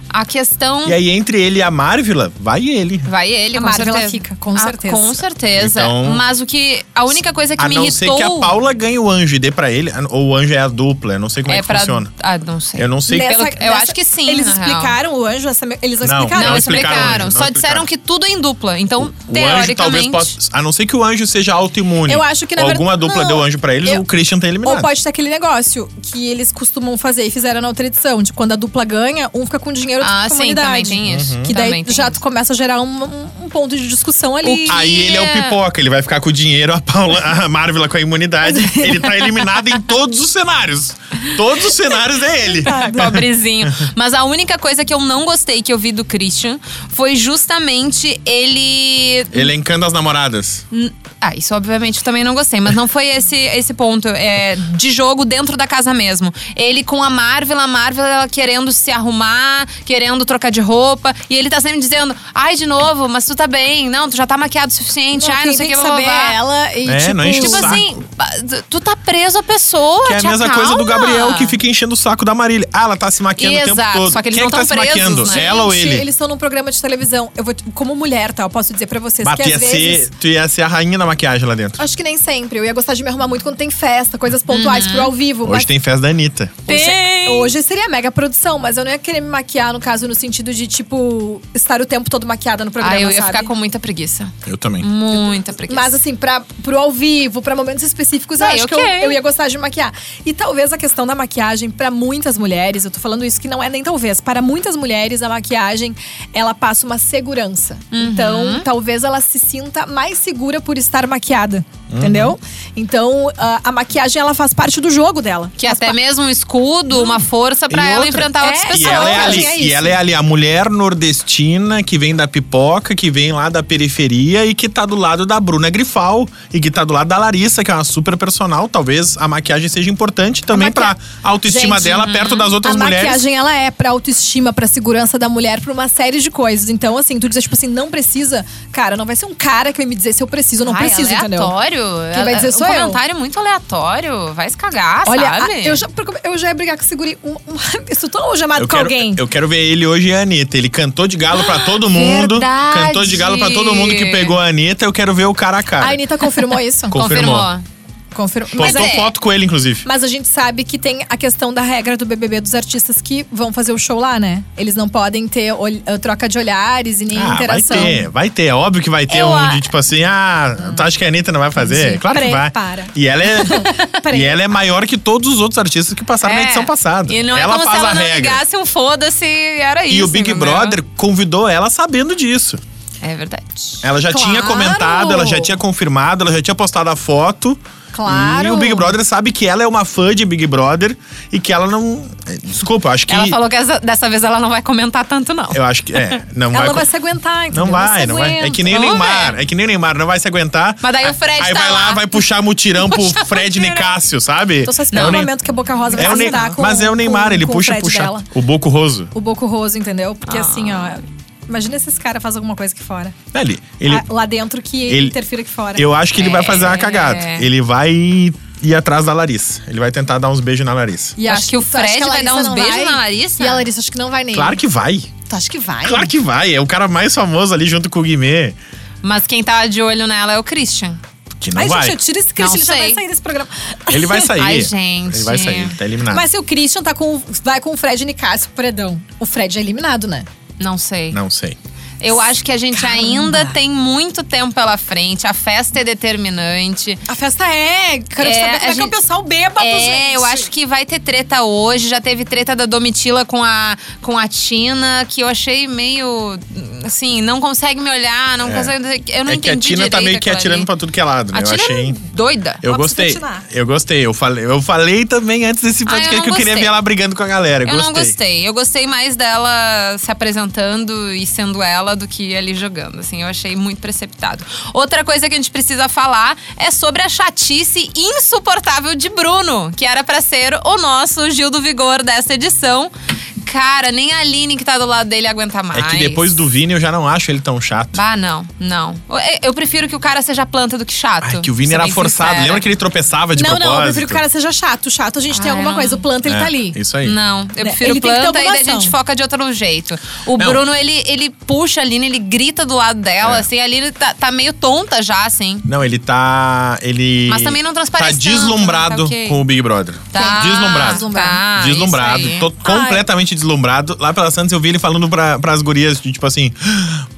Speaker 3: A questão.
Speaker 2: E aí, entre ele e a Marvila, vai ele.
Speaker 3: Vai ele,
Speaker 4: A
Speaker 3: com
Speaker 4: Marvel,
Speaker 3: certeza.
Speaker 4: ela fica, com
Speaker 3: Ah,
Speaker 4: certeza.
Speaker 3: com certeza.
Speaker 2: Então-
Speaker 3: Mas o que. A única coisa É que
Speaker 2: a
Speaker 3: me
Speaker 2: não ser
Speaker 3: irritou.
Speaker 2: que a Paula ganhe o anjo e dê pra ele. Ou o anjo é a dupla, eu não sei como é,
Speaker 3: é
Speaker 2: que
Speaker 3: pra.
Speaker 2: funciona.
Speaker 3: Ah, não sei.
Speaker 2: Eu não sei.
Speaker 3: Nessa- Pelo que- eu acho que sim,
Speaker 4: Eles
Speaker 3: na real.
Speaker 4: explicaram o anjo, essa, me- eles não,
Speaker 2: Não,
Speaker 4: explicaram.
Speaker 3: Não,
Speaker 2: não
Speaker 3: eles
Speaker 2: explicaram
Speaker 3: explicaram.
Speaker 2: ainda, não
Speaker 3: Só disseram
Speaker 2: explicaram.
Speaker 3: que tudo é em dupla. Então,
Speaker 2: O anjo talvez
Speaker 3: teoricamente.
Speaker 2: possa. A não ser que o anjo seja autoimune.
Speaker 4: Eu acho que, na verdade-
Speaker 2: Alguma dupla
Speaker 4: não,
Speaker 2: deu anjo pra eles,
Speaker 4: eu-
Speaker 2: o Christian tá eliminado.
Speaker 4: Ou pode ser aquele negócio que eles costumam fazer e fizeram na outra edição, de quando a dupla ganha, um fica com dinheiro outro
Speaker 3: Ah,
Speaker 4: fica com
Speaker 3: sim,
Speaker 4: a
Speaker 3: também
Speaker 4: unidade.
Speaker 3: tem isso.
Speaker 4: Que daí
Speaker 3: Também tem
Speaker 4: já
Speaker 3: isso.
Speaker 4: tu começa a gerar um- um- uma, um ponto de discussão ali.
Speaker 2: Aí ele é o pipoca, ele vai ficar com o dinheiro, a Paula, a Marvel com a imunidade.
Speaker 3: é.
Speaker 2: Ele tá eliminado em todos os cenários. Todos os cenários é ele.
Speaker 3: Tá. Pobrezinho. Mas a única coisa que eu não gostei que eu vi do Christian foi justamente ele.
Speaker 2: Elencando as namoradas.
Speaker 3: N- Ah, isso obviamente eu também não gostei, mas não foi esse esse ponto é, de jogo dentro da casa mesmo. Ele com a Marvel, a Marvel ela querendo se arrumar, querendo trocar de roupa, e ele tá sempre dizendo: ai, de novo, mas tu tá bem, não, tu já tá maquiado o suficiente, ai, não
Speaker 4: quem
Speaker 3: sei o
Speaker 4: tem
Speaker 3: que,
Speaker 4: que
Speaker 3: blá, blá,
Speaker 4: saber
Speaker 3: blá.
Speaker 4: é ela e
Speaker 2: É,
Speaker 4: tipo,
Speaker 2: não enche o
Speaker 3: Tipo
Speaker 2: saco.
Speaker 3: assim, tu tá preso à pessoa,
Speaker 2: Que é a
Speaker 3: te
Speaker 2: mesma coisa do
Speaker 3: acalma.
Speaker 2: Gabriel que fica enchendo o saco da Marília. Ah, ela tá se maquiando o tempo
Speaker 3: Exato,
Speaker 2: todo.
Speaker 3: só que eles
Speaker 2: Quem é
Speaker 3: não
Speaker 2: que tá se
Speaker 3: tão presos,
Speaker 2: maquiando?
Speaker 3: né?
Speaker 2: Ela ou
Speaker 4: Gente,
Speaker 2: ele?
Speaker 4: Eles estão num programa de televisão. Eu vou, como mulher, tá? Eu posso dizer pra vocês
Speaker 2: Bah, tu
Speaker 4: que
Speaker 2: ia
Speaker 4: às vezes.
Speaker 2: ser, tu ia ser a rainha da maquiagem lá dentro.
Speaker 4: Acho que nem sempre. Eu ia gostar de me arrumar muito quando tem festa, coisas pontuais pro ao vivo. mas
Speaker 2: Hoje tem festa da Anitta.
Speaker 3: Tem.
Speaker 4: Uhum. Hoje seria mega produção, mas eu não ia querer me maquiar, no caso, no sentido de, tipo, estar o tempo todo maquiada no programa, Ah,
Speaker 3: Ai, Ah, eu ia
Speaker 4: sabe?
Speaker 3: ficar com muita preguiça.
Speaker 2: Eu também.
Speaker 3: Muita preguiça.
Speaker 4: Mas assim, pra, pro ao vivo, pra momentos específicos, eu
Speaker 3: Aí,
Speaker 4: acho que
Speaker 3: ok.
Speaker 4: eu, eu ia gostar de maquiar. E talvez a questão da maquiagem, pra muitas mulheres, eu tô falando isso que não é nem talvez, para muitas mulheres a maquiagem, ela passa uma segurança.
Speaker 3: Uhum.
Speaker 4: Então, talvez ela se sinta mais segura por estar maquiada,
Speaker 2: Uhum.
Speaker 4: entendeu? Então, a, a maquiagem, ela faz parte do jogo dela.
Speaker 3: que até mesmo um escudo, uma força pra
Speaker 2: E
Speaker 3: ela
Speaker 2: outra-
Speaker 3: enfrentar outras
Speaker 4: É,
Speaker 3: pessoas.
Speaker 2: E ela, é
Speaker 4: eu acho
Speaker 2: ali,
Speaker 4: que é
Speaker 2: e
Speaker 4: isso.
Speaker 2: ela é ali, a mulher nordestina que vem da pipoca, que vem lá da periferia e que tá do lado da Bruna Grifal e que tá do lado da Larissa, que é uma super personal. Talvez a maquiagem seja importante também
Speaker 4: maqui-
Speaker 2: pra autoestima
Speaker 4: Gente,
Speaker 2: dela perto das outras
Speaker 4: a
Speaker 2: mulheres.
Speaker 4: maquiagem, ela é pra autoestima, pra segurança da mulher, pra uma série de coisas. Então, assim, tu dizer, tipo assim, não precisa. Cara, não vai ser um cara que vai me dizer se eu preciso ou não
Speaker 3: Ai,
Speaker 4: preciso, entendeu?
Speaker 3: é aleatório.
Speaker 4: Quem vai dizer
Speaker 3: um
Speaker 4: sou eu.
Speaker 3: comentário muito aleatório. Vai se cagar,
Speaker 4: Olha,
Speaker 3: Ah, sabe?
Speaker 4: a- eu, já, eu já ia brigar com o Seguri. Um, um, se eu tô algemado
Speaker 2: Eu
Speaker 4: com
Speaker 2: quero,
Speaker 4: alguém. Ah,
Speaker 2: eu quero ver ele hoje e a Anitta. Ele cantou de galo pra todo mundo.
Speaker 3: Verdade.
Speaker 2: Cantou de galo pra todo mundo que pegou a Anitta. Eu quero ver o cara a cara.
Speaker 4: A Anitta confirmou isso.
Speaker 2: Co- confirmou.
Speaker 4: confirmou. Mas,
Speaker 2: Postou
Speaker 3: é-
Speaker 2: foto com ele, inclusive.
Speaker 4: mas a gente sabe que tem a questão da regra do BBB dos artistas que vão fazer o show lá, né? Eles não podem ter ol- eh, troca de olhares e nem
Speaker 2: Ah,
Speaker 4: interação.
Speaker 2: vai ter, vai ter. É Óbvio que vai ter
Speaker 3: Eu
Speaker 2: um
Speaker 3: a-
Speaker 2: de tipo assim, ah, tu acha que a Anitta não vai fazer?
Speaker 4: Sim.
Speaker 2: Claro que vai.
Speaker 4: Prepara.
Speaker 2: E ela é.
Speaker 4: Prepara.
Speaker 2: e ela é maior que todos os outros artistas que passaram Tá na edição passada.
Speaker 3: É. E não
Speaker 2: ela
Speaker 3: é como
Speaker 2: faz
Speaker 3: se ela
Speaker 2: a
Speaker 3: não
Speaker 2: regra.
Speaker 3: ligasse um foda-se e era isso.
Speaker 2: e o Big
Speaker 3: entendeu?
Speaker 2: Brother convidou ela sabendo disso.
Speaker 3: É verdade.
Speaker 2: Ela já tinha
Speaker 4: Claro.
Speaker 2: comentado, ela já tinha confirmado, ela já tinha postado a foto.
Speaker 4: Claro.
Speaker 2: E o Big Brother sabe que ela é uma fã de Big Brother e que ela não. Desculpa, eu acho que.
Speaker 3: Ela falou que essa- dessa vez ela não vai comentar tanto, não.
Speaker 2: Eu acho que. É, não
Speaker 4: Ela
Speaker 2: vai.
Speaker 4: não vai se aguentar, entendeu?
Speaker 2: Não vai,
Speaker 4: se
Speaker 2: não vai. É
Speaker 4: aguenta.
Speaker 2: que nem o
Speaker 3: Vamos
Speaker 2: Neymar.
Speaker 3: ver.
Speaker 2: É que nem o Neymar, não vai se aguentar.
Speaker 3: Mas daí o Fred
Speaker 2: Aí
Speaker 3: tá
Speaker 2: vai lá,
Speaker 3: lá.
Speaker 2: vai puxar mutirão pro
Speaker 3: Puxar
Speaker 2: Fred
Speaker 3: mutirão.
Speaker 2: Nicásio, sabe?
Speaker 4: Tô Então só
Speaker 2: É
Speaker 4: esperando
Speaker 2: o
Speaker 4: o
Speaker 2: Ney-
Speaker 4: momento que a Boca Rosa vai
Speaker 2: é o
Speaker 4: se
Speaker 2: Ney-
Speaker 4: mudar com
Speaker 2: Mas é o Neymar,
Speaker 4: com-
Speaker 2: ele
Speaker 4: com o
Speaker 2: puxa,
Speaker 4: Fred
Speaker 2: puxa. Ah.
Speaker 4: dela.
Speaker 2: O Boco Roso.
Speaker 4: O Boco Roso, entendeu? Porque assim, ó… Imagina se esse cara faz alguma coisa aqui fora.
Speaker 2: Ali, ele,
Speaker 4: Ah, lá dentro que
Speaker 2: ele-
Speaker 4: interfira aqui fora.
Speaker 2: eu acho que ele vai fazer uma
Speaker 3: É.
Speaker 2: cagada. Ele vai ir atrás da Larissa. Ele vai tentar dar uns beijos na Larissa.
Speaker 4: E
Speaker 3: Acho que o
Speaker 4: tu acha
Speaker 3: Fred
Speaker 4: a
Speaker 3: vai dar
Speaker 4: Larissa
Speaker 3: uns
Speaker 4: não
Speaker 3: beijos na Larissa?
Speaker 4: E a Larissa acho que não vai nem.
Speaker 2: Claro que vai.
Speaker 4: Tu acha que vai?
Speaker 2: Claro que vai. É o cara mais famoso ali junto com o Guimê.
Speaker 3: Mas quem tá de olho nela é o Christian.
Speaker 2: Que não
Speaker 4: Ai,
Speaker 2: vai.
Speaker 4: gente, eu tiro esse Christian,
Speaker 3: Não
Speaker 4: ele já
Speaker 3: sei.
Speaker 4: vai sair desse programa.
Speaker 2: Ele vai sair.
Speaker 3: Ai, gente.
Speaker 2: Ele vai sair, tá eliminado.
Speaker 4: Mas se o Christian tá com, vai com o Fred Nicásio pro Predão, o Fred é eliminado, né?
Speaker 3: Não sei.
Speaker 2: Não sei.
Speaker 3: Eu acho que a gente
Speaker 4: Caramba.
Speaker 3: ainda tem muito tempo pela frente. A festa é determinante.
Speaker 4: A festa é. Quero
Speaker 3: É,
Speaker 4: saber
Speaker 3: a
Speaker 4: como é que é o
Speaker 3: gente-
Speaker 4: pessoal bêbado,
Speaker 3: é,
Speaker 4: gente.
Speaker 3: eu acho que vai ter treta hoje. Já teve treta da Domitila com a, com a Tina, que eu achei meio. Assim, não consegue me olhar, não
Speaker 2: É.
Speaker 3: consegue. Eu não
Speaker 2: é
Speaker 3: entendi.
Speaker 2: que a Tina tá
Speaker 3: direito
Speaker 2: meio que
Speaker 3: aquilo
Speaker 2: atirando
Speaker 3: ali.
Speaker 2: pra tudo que é lado, né?
Speaker 3: A
Speaker 2: eu
Speaker 3: Tina
Speaker 2: achei.
Speaker 3: é doida.
Speaker 2: Eu
Speaker 4: Ela
Speaker 2: gostei.
Speaker 4: precisa continuar.
Speaker 2: Eu gostei. Eu falei, eu falei também antes desse
Speaker 3: Ah, eu
Speaker 2: podcast
Speaker 3: não
Speaker 2: que eu queria
Speaker 3: gostei.
Speaker 2: ver ela brigando com a galera.
Speaker 3: Eu não gostei. Eu gostei mais dela se apresentando e sendo ela do que ali jogando. Assim, eu achei muito precipitado. Outra coisa que a gente precisa falar é sobre a chatice insuportável de Bruno, que era pra ser o nosso Gil do Vigor dessa edição. Cara, nem a Aline que tá do lado dele aguenta mais.
Speaker 2: É que depois do Vini eu já não acho ele tão chato.
Speaker 3: Bah, não, não. Eu- Eu prefiro que o cara seja planta do que chato.
Speaker 2: Ai, que o Vini
Speaker 3: ser
Speaker 2: era
Speaker 3: bem
Speaker 2: forçado.
Speaker 3: sincera.
Speaker 2: Lembra que ele tropeçava de
Speaker 4: não,
Speaker 2: propósito?
Speaker 4: não, eu prefiro que o cara seja chato. Chato, a gente tem
Speaker 3: Ah,
Speaker 4: alguma
Speaker 3: não.
Speaker 4: coisa. O planta, ele
Speaker 2: É,
Speaker 4: tá ali.
Speaker 2: Isso aí.
Speaker 3: Não, eu
Speaker 4: Né?
Speaker 3: prefiro
Speaker 4: Ele tem que ter
Speaker 3: planta e
Speaker 4: alguma
Speaker 3: daí a gente
Speaker 4: ação.
Speaker 3: foca de outro jeito. O
Speaker 2: Não.
Speaker 3: Bruno, ele, ele puxa a Aline, ele grita do lado dela,
Speaker 2: É.
Speaker 3: assim. A Aline tá, tá meio tonta já, assim.
Speaker 2: Não, ele tá. Ele.
Speaker 3: Mas também não
Speaker 2: Tá
Speaker 3: transparece tanto,
Speaker 2: deslumbrado
Speaker 3: né? Tá ok.
Speaker 2: com o Big Brother.
Speaker 3: Tá,
Speaker 2: Deslumbrado.
Speaker 3: tá,
Speaker 2: deslumbrado.
Speaker 3: isso aí.
Speaker 2: Tô completamente deslumbrado. Lá pela Santos eu vi ele falando pra, pras gurias, de, tipo assim: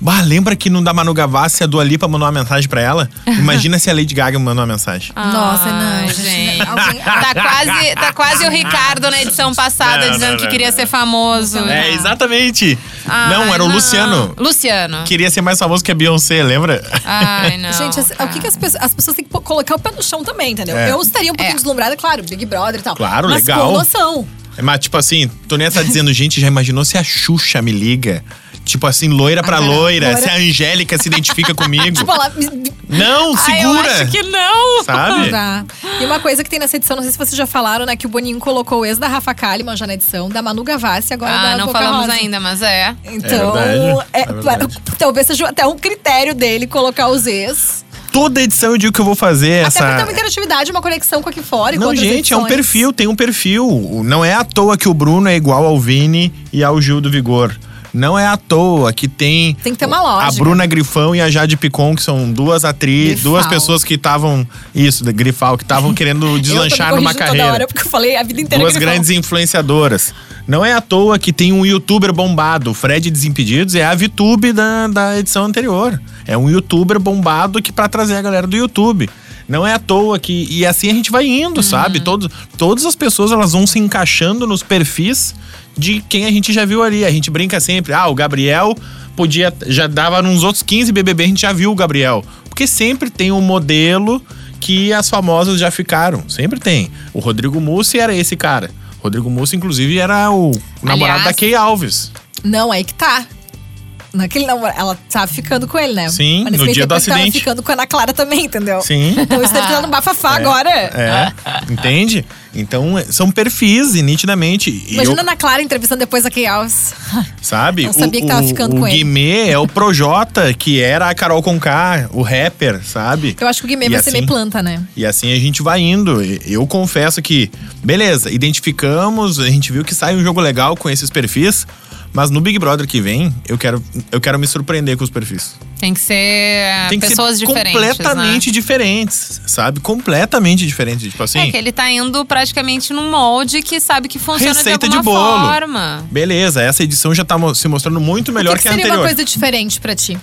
Speaker 2: Bah, lembra que não dá Manu Gavassi a Dua Lipa mandou uma mensagem pra ela? Imagina se a Lady Gaga mandou uma mensagem.
Speaker 4: Nossa, não,
Speaker 3: Ai,
Speaker 4: gente.
Speaker 3: Ah,
Speaker 4: né,
Speaker 3: gente.
Speaker 4: Alguém-
Speaker 3: Tá quase, tá quase o Ricardo na edição passada
Speaker 2: Não,
Speaker 3: dizendo
Speaker 2: não,
Speaker 3: que
Speaker 2: não,
Speaker 3: queria
Speaker 2: não.
Speaker 3: ser famoso.
Speaker 2: É, exatamente.
Speaker 3: Ah. Ai,
Speaker 2: não, era o Luciano.
Speaker 3: Luciano.
Speaker 2: Queria ser mais famoso que a Beyoncé, lembra?
Speaker 3: Ai, não.
Speaker 4: Gente, as- o que, que as, pessoas, as pessoas têm que pô- colocar o pé no chão também, entendeu?
Speaker 2: É.
Speaker 4: Eu estaria um pouquinho
Speaker 3: É.
Speaker 4: deslumbrada, claro, Big Brother e tal.
Speaker 2: Claro,
Speaker 4: mas
Speaker 2: legal.
Speaker 4: Com noção.
Speaker 2: Mas, tipo assim, Toninha tá dizendo, gente, já imaginou se a Xuxa me liga? Tipo assim, loira pra
Speaker 4: cara,
Speaker 2: loira,
Speaker 4: loira.
Speaker 2: se a Angélica se identifica comigo.
Speaker 4: Tipo, ela. me-
Speaker 2: não,
Speaker 3: Ai, eu
Speaker 2: segura!
Speaker 3: acho que não.
Speaker 2: Sabe?
Speaker 4: Tá. E uma coisa que tem nessa edição, não sei se vocês já falaram, né? Que o Boninho colocou o ex da Rafa Kalimann já na edição, da Manu Gavassi, agora
Speaker 3: Ah,
Speaker 4: da
Speaker 3: não
Speaker 4: Boca
Speaker 3: falamos
Speaker 4: Rosa.
Speaker 3: ainda, mas é.
Speaker 4: Então,
Speaker 2: É verdade,
Speaker 4: é-
Speaker 2: é verdade.
Speaker 4: talvez seja até um critério dele colocar os ex.
Speaker 2: Toda edição eu digo que eu vou fazer
Speaker 4: Até porque tem uma
Speaker 2: essa.
Speaker 4: interatividade, uma conexão com aqui fora. e com
Speaker 2: Não,
Speaker 4: outras
Speaker 2: gente, é um
Speaker 4: edições.
Speaker 2: perfil, tem um perfil. Não é à toa que o Bruno é igual ao Vini e ao Gil do Vigor. Não é à toa que tem.
Speaker 4: Tem que ter uma lógica.
Speaker 2: A Bruna Grifão e a Jade Picon, que são duas atrizes,
Speaker 4: Grifal.
Speaker 2: duas pessoas que estavam. Isso, da Grifal, que estavam querendo
Speaker 4: Eu tô me
Speaker 2: deslanchar numa
Speaker 4: corrigindo
Speaker 2: carreira.
Speaker 4: Toda hora, porque eu falei a vida inteira
Speaker 2: Duas
Speaker 4: que ele
Speaker 2: grandes influenciadoras. Não é à toa que tem um youtuber bombado. O Fred Desimpedidos é a VTube da, da edição anterior. É um youtuber bombado que para trazer a galera do YouTube. Não é à toa que. E assim a gente vai
Speaker 4: Uhum.
Speaker 2: indo, sabe? Todo, todas as pessoas elas vão se encaixando nos perfis de quem a gente já viu ali. A gente brinca sempre. Ah, o Gabriel podia. Já dava nos outros 15 BBB, a gente já viu o Gabriel. Porque sempre tem um modelo que as famosas já ficaram. Sempre tem. O Rodrigo Mussi era esse cara. Rodrigo Mussi, inclusive, era o namorado da Kay Alves.
Speaker 4: Não, aí que tá. Naquele namoro, ela tá ficando com ele, né?
Speaker 2: Sim,
Speaker 4: Mas nesse
Speaker 2: no
Speaker 4: meio
Speaker 2: dia
Speaker 4: tempo
Speaker 2: do
Speaker 4: ele tava
Speaker 2: acidente.
Speaker 4: ficando com a Ana Clara também, entendeu?
Speaker 2: Sim.
Speaker 4: Então isso deve estar dando um bafafá agora.
Speaker 2: É, entende? Então, é, são perfis, e nitidamente. E
Speaker 4: Imagina a
Speaker 2: eu,
Speaker 4: Ana Clara entrevistando depois a Kay Alves.
Speaker 2: sabe?
Speaker 4: eu sabia que tava ficando
Speaker 2: o,
Speaker 4: com
Speaker 2: o
Speaker 4: ele.
Speaker 2: Guimê é o Projota, que era a Carol Conká, o rapper, sabe?
Speaker 4: Eu acho que o Guimê
Speaker 2: E
Speaker 4: vai ser
Speaker 2: assim?
Speaker 4: meio planta, né?
Speaker 2: E assim a gente vai indo. E Eu confesso que, beleza, identificamos, a gente viu que sai um jogo legal com esses perfis, mas no Big Brother que vem, eu quero, eu quero me surpreender com os perfis.
Speaker 3: Tem que ser
Speaker 2: Tem que
Speaker 3: É, pessoas
Speaker 2: ser
Speaker 3: diferentes. né?
Speaker 2: completamente diferentes, sabe? Completamente diferentes. Tipo assim,
Speaker 3: Né? É que ele tá indo praticamente num molde que sabe que funciona
Speaker 2: Receita
Speaker 3: de
Speaker 2: de
Speaker 3: alguma
Speaker 2: bolo.
Speaker 3: forma.
Speaker 2: beleza, essa edição já tá mo- se mostrando muito melhor
Speaker 4: o que,
Speaker 2: que,
Speaker 4: que
Speaker 2: a
Speaker 4: seria
Speaker 2: anterior.
Speaker 4: uma coisa diferente pra ti?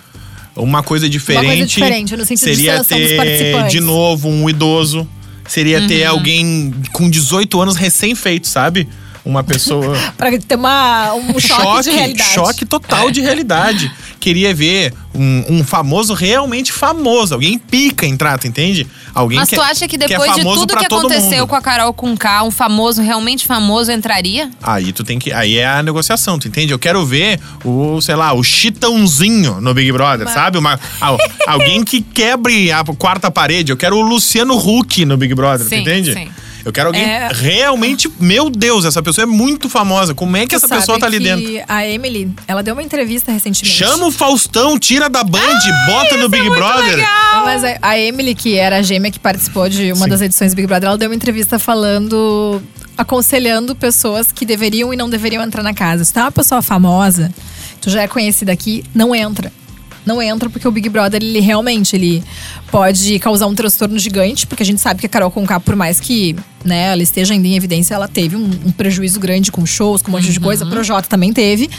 Speaker 2: Uma coisa diferente.
Speaker 4: diferente, no sentido de
Speaker 2: seria
Speaker 4: seleção dos
Speaker 2: ter,
Speaker 4: participantes.
Speaker 2: De novo, um idoso. Seria
Speaker 3: Uhum.
Speaker 2: ter alguém com 18 anos recém-feito, sabe? Uma pessoa.
Speaker 4: Pra ter uma, um choque, de realidade.
Speaker 2: choque
Speaker 3: É.
Speaker 2: total de realidade. Queria ver um, um famoso realmente famoso. Alguém pica em trato, entende? Alguém
Speaker 3: Mas
Speaker 2: que,
Speaker 3: tu acha que depois
Speaker 2: é
Speaker 3: de
Speaker 2: famoso
Speaker 3: tudo
Speaker 2: pra
Speaker 3: que
Speaker 2: todo
Speaker 3: aconteceu
Speaker 2: mundo.
Speaker 3: com a Carol Conká, um famoso, realmente famoso, entraria?
Speaker 2: Aí tu tem que. Aí é a negociação, tu entende? Eu quero ver o, sei lá, o chitãozinho no Big Brother, sabe? Uma, al- alguém que quebre a quarta parede. Eu quero o Luciano Huck no Big Brother,
Speaker 3: Sim,
Speaker 2: tu entende?
Speaker 3: sim.
Speaker 2: Eu quero alguém
Speaker 4: É.
Speaker 2: realmente. Meu Deus, essa pessoa é muito famosa. Como é que
Speaker 4: Tu
Speaker 2: essa pessoa
Speaker 4: sabe
Speaker 2: tá ali
Speaker 4: que
Speaker 2: dentro?
Speaker 4: A Emily, ela deu uma entrevista recentemente.
Speaker 2: Chama o Faustão, tira da Band, bota no
Speaker 4: é
Speaker 2: Big Brother.
Speaker 4: Não, Mas a- a Emily, que era a gêmea que participou de uma
Speaker 2: Sim.
Speaker 4: das edições do Big Brother, ela deu uma entrevista falando, aconselhando pessoas que deveriam e não deveriam entrar na casa. Se tu é uma pessoa famosa, tu já é conhecida aqui, não entra. Não entra porque o Big Brother, ele realmente, ele pode causar um transtorno gigante, porque a gente sabe que a Carol Conká, por mais que né, ela esteja ainda em evidência, ela teve um, um prejuízo grande com shows, com um monte de coisa,
Speaker 2: Uhum.
Speaker 4: o Projota também teve.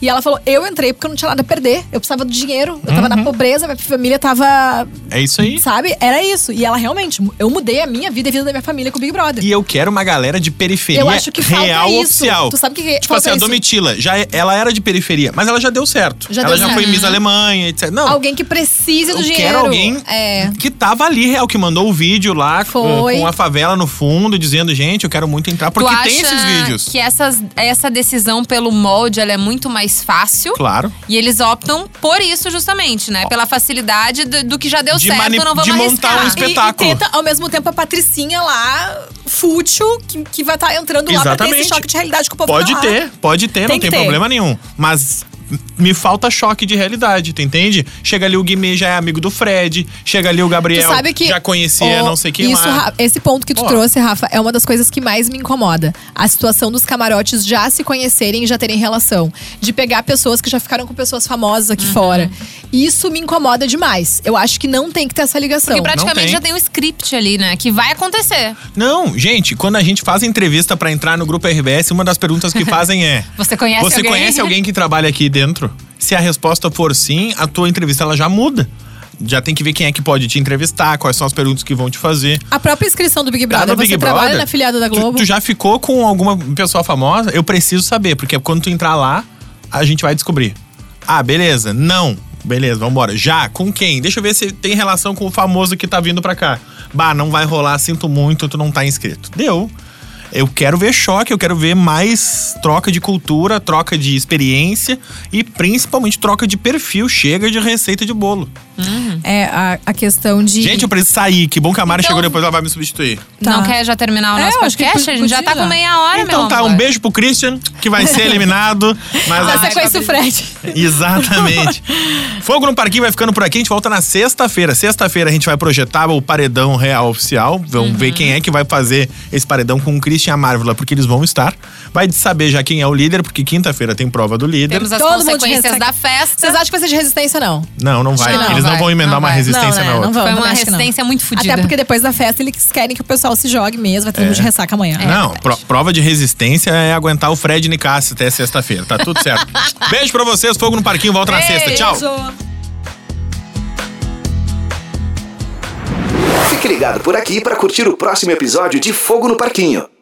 Speaker 4: E ela falou, eu entrei porque eu não tinha nada a perder, eu precisava do dinheiro, eu
Speaker 2: Uhum.
Speaker 4: tava na pobreza, minha família tava
Speaker 2: É isso aí.
Speaker 4: Sabe? Era isso. E ela realmente, eu mudei a minha vida e a vida da minha família com o Big Brother.
Speaker 2: E eu quero uma galera de periferia
Speaker 4: Eu acho que falta
Speaker 2: real
Speaker 4: isso.
Speaker 2: oficial.
Speaker 4: Tu sabe que que
Speaker 2: Tipo
Speaker 4: falta
Speaker 2: assim, a
Speaker 4: isso?
Speaker 2: Domitila, já, é- ela era de periferia, mas ela já deu certo.
Speaker 4: Já
Speaker 2: ela
Speaker 4: deu
Speaker 2: já
Speaker 4: certo.
Speaker 2: foi Miss Alemanha, etc. Não,
Speaker 4: Alguém que precisa
Speaker 2: eu
Speaker 4: do
Speaker 2: quero
Speaker 4: dinheiro.
Speaker 2: alguém
Speaker 4: É.
Speaker 2: que tava ali real, que mandou o vídeo lá com,
Speaker 4: Foi.
Speaker 2: com a favela no fundo, dizendo, gente, eu quero muito entrar, porque
Speaker 3: tu acha
Speaker 2: tem esses vídeos.
Speaker 4: é
Speaker 3: que essas, essa decisão pelo molde ela é muito mais fácil?
Speaker 4: um
Speaker 2: Claro.
Speaker 3: E eles optam por isso justamente, né? Pela facilidade do, do que já deu
Speaker 2: De
Speaker 3: certo,
Speaker 2: mani-
Speaker 3: não vamos
Speaker 2: de montar
Speaker 3: arriscar.
Speaker 2: um
Speaker 4: E, e
Speaker 2: espetáculo.
Speaker 4: tenta, ao mesmo tempo, a Patricinha lá, fútil, que, que vai estar entrando lá pra ter esse
Speaker 2: Exatamente.
Speaker 4: choque de realidade com o povo
Speaker 2: Pode
Speaker 4: tá lá.
Speaker 2: ter, pode ter,
Speaker 4: Tem
Speaker 2: não
Speaker 4: que
Speaker 2: tem
Speaker 4: ter.
Speaker 2: problema nenhum. Mas me falta choque de realidade, tu entende? Chega ali o Guimê, já é amigo do Fred. Chega ali o
Speaker 4: Tu
Speaker 2: Gabriel,
Speaker 4: sabe que
Speaker 2: já conhecia
Speaker 4: o-
Speaker 2: não sei quem
Speaker 4: isso,
Speaker 2: lá.
Speaker 4: Ra- Esse ponto que tu
Speaker 2: Ó.
Speaker 4: trouxe, Rafa, é uma das coisas que mais me incomoda. A situação dos camarotes
Speaker 2: Uhum.
Speaker 4: já se conhecerem e já terem relação. De pegar pessoas que já ficaram com pessoas famosas aqui fora. Isso me incomoda demais. Eu acho que não tem que ter essa ligação.
Speaker 3: Porque praticamente
Speaker 2: tem.
Speaker 3: já tem um script ali, né? Que vai acontecer.
Speaker 2: Não, gente, quando a gente faz entrevista pra entrar no grupo RBS, uma das perguntas que fazem é:
Speaker 3: Você conhece
Speaker 2: Você
Speaker 3: alguém?
Speaker 2: conhece alguém que trabalha aqui dentro? Se a resposta for sim, a tua entrevista ela já muda. Já tem que ver quem é que pode te entrevistar, quais são as perguntas que vão te fazer.
Speaker 4: A própria inscrição do Big
Speaker 2: Tá
Speaker 4: Brother.
Speaker 2: no
Speaker 4: Você
Speaker 2: Big
Speaker 4: trabalha
Speaker 2: Brother,
Speaker 4: na filiada da
Speaker 2: tu-
Speaker 4: Globo.
Speaker 2: Tu, já ficou com alguma pessoa famosa? Eu preciso saber, porque quando tu entrar lá, a gente vai descobrir. Ah, beleza. Não. Beleza, vambora. Já? Com quem? Deixa eu ver se tem relação com o famoso que tá vindo pra cá. Bah, não vai rolar, sinto muito, tu não tá inscrito. Deu. Eu quero ver choque, eu quero ver mais troca de cultura, troca de experiência e principalmente troca de perfil. Chega de receita de bolo.
Speaker 4: É a, a questão de.
Speaker 2: Gente, eu preciso sair. Que bom que a Mari
Speaker 3: Então-
Speaker 2: chegou depois, ela vai me substituir.
Speaker 3: Não
Speaker 4: Tá.
Speaker 3: quer já terminar o
Speaker 4: É,
Speaker 3: nosso
Speaker 4: eu acho que
Speaker 3: podcast? a gente
Speaker 4: podia.
Speaker 3: já tá com meia hora, meu
Speaker 2: Então tá,
Speaker 3: amor.
Speaker 2: um beijo pro Christian, que vai ser eliminado. Mas
Speaker 4: Mas
Speaker 2: a
Speaker 4: você
Speaker 3: Ai,
Speaker 2: gente-
Speaker 4: conhece o Fred.
Speaker 2: Exatamente. Fogo no Parquinho vai ficando por aqui. A gente volta na sexta-feira. Sexta-feira a gente vai projetar o paredão real oficial. Vamos
Speaker 3: Uhum.
Speaker 2: ver quem é que vai fazer esse paredão com o Christian e a Marvel, porque eles vão estar. Vai saber já quem é o líder, porque quinta-feira tem prova do líder.
Speaker 3: Temos as
Speaker 4: Todo mundo
Speaker 3: consequências
Speaker 4: recebe-
Speaker 3: da festa.
Speaker 4: Vocês acham que vai ser de resistência, não?
Speaker 2: Não, não vai.
Speaker 3: Acho que não,
Speaker 2: eles não
Speaker 3: vai.
Speaker 2: vão emendar
Speaker 3: Não
Speaker 2: uma
Speaker 3: vai.
Speaker 2: resistência
Speaker 4: Não, né?
Speaker 2: na outra.
Speaker 4: Não
Speaker 3: Foi
Speaker 4: vamos,
Speaker 3: uma
Speaker 4: acho que não.
Speaker 3: resistência muito fodida.
Speaker 4: Até porque depois da festa eles querem que o pessoal se jogue mesmo, vai todo mundo de ressaca amanhã.
Speaker 2: É.
Speaker 3: É.
Speaker 2: Não, pro- prova de resistência é aguentar o Fred Nicasso até sexta-feira. Tá tudo certo. Beijo pra vocês. Fogo no Parquinho. Volta na sexta. Tchau.
Speaker 1: Fique ligado por aqui para curtir o próximo episódio de Fogo no Parquinho.